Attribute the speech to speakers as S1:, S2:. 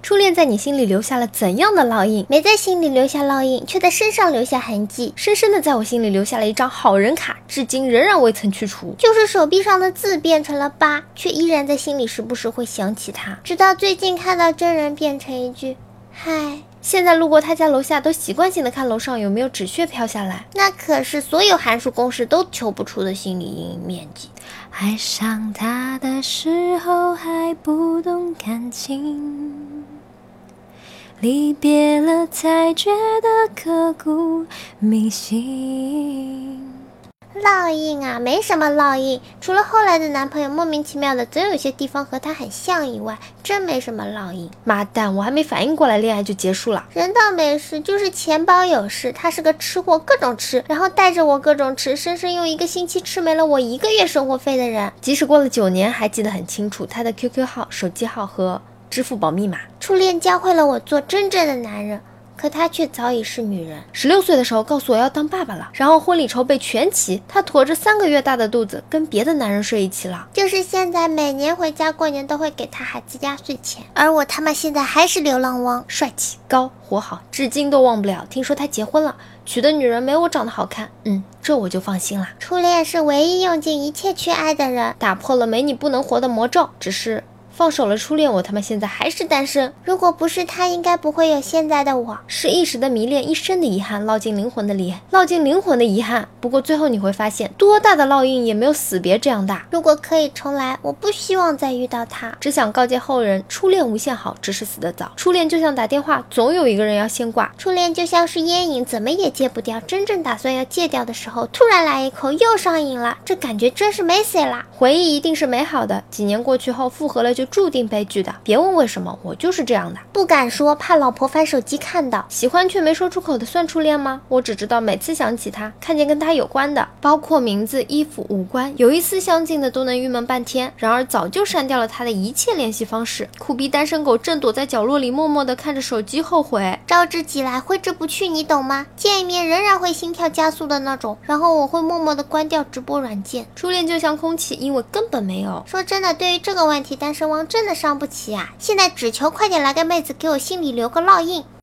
S1: 初恋在你心里留下了怎样的烙印？
S2: 没在心里留下烙印，却在身上留下痕迹，
S1: 深深的在我心里留下了一张好人卡，至今仍然未曾去除。
S2: 就是手臂上的字变成了疤，却依然在心里时不时会想起他。直到最近看到真人变成一句“嗨”，
S1: 现在路过他家楼下，都习惯性的看楼上有没有纸屑飘下来。
S2: 那可是所有函数公式都求不出的心理阴影面积。
S3: 爱上他的时候还不懂感情，离别了才觉得刻骨铭心。
S2: 烙印啊，没什么烙印，除了后来的男朋友莫名其妙的总有些地方和他很像以外，真没什么烙印。
S1: 妈蛋，我还没反应过来，恋爱就结束了。
S2: 人倒没事，就是钱包有事。他是个吃货，各种吃，然后带着我各种吃，生生用一个星期吃没了我一个月生活费的人。
S1: 即使过了九年，还记得很清楚他的 QQ 号、手机号和支付宝密码。
S2: 初恋教会了我做真正的男人。可他却早已是女人。
S1: 十六岁的时候告诉我要当爸爸了，然后婚礼筹备全齐，他驮着三个月大的肚子跟别的男人睡一起了。
S2: 就是现在，每年回家过年都会给他孩子压岁钱，而我他妈现在还是流浪汪，
S1: 帅气高活好，至今都忘不了。听说他结婚了，娶的女人没我长得好看，嗯，这我就放心啦。
S2: 初恋是唯一用尽一切去爱的人，
S1: 打破了没你不能活的魔咒，只是。放手了初恋，我他妈现在还是单身。
S2: 如果不是他，应该不会有现在的我。
S1: 是一时的迷恋，一生的遗憾，烙进灵魂的遗，烙进灵魂的遗憾。不过最后你会发现，多大的烙印也没有死别这样大。
S2: 如果可以重来，我不希望再遇到他，
S1: 只想告诫后人：初恋无限好，只是死得早。初恋就像打电话，总有一个人要先挂。
S2: 初恋就像是烟瘾，怎么也戒不掉。真正打算要戒掉的时候，突然来一口，又上瘾了。这感觉真是没谁啦。
S1: 回忆一定是美好的。几年过去后，复合了就。注定悲剧的，别问为什么，我就是这样的。
S2: 不敢说，怕老婆翻手机看到。
S1: 喜欢却没说出口的算初恋吗？我只知道每次想起他，看见跟他有关的，包括名字、衣服、五官，有一丝相近的都能郁闷半天。然而早就删掉了他的一切联系方式。苦逼单身狗正躲在角落里，默默地看着手机后悔。
S2: 招之即来，挥之不去，你懂吗？见一面仍然会心跳加速的那种。然后我会默默地关掉直播软件。
S1: 初恋就像空气，因为根本没有。
S2: 说真的，对于这个问题，单身汪。真的伤不起啊！现在只求快点来个妹子，给我心里留个烙印。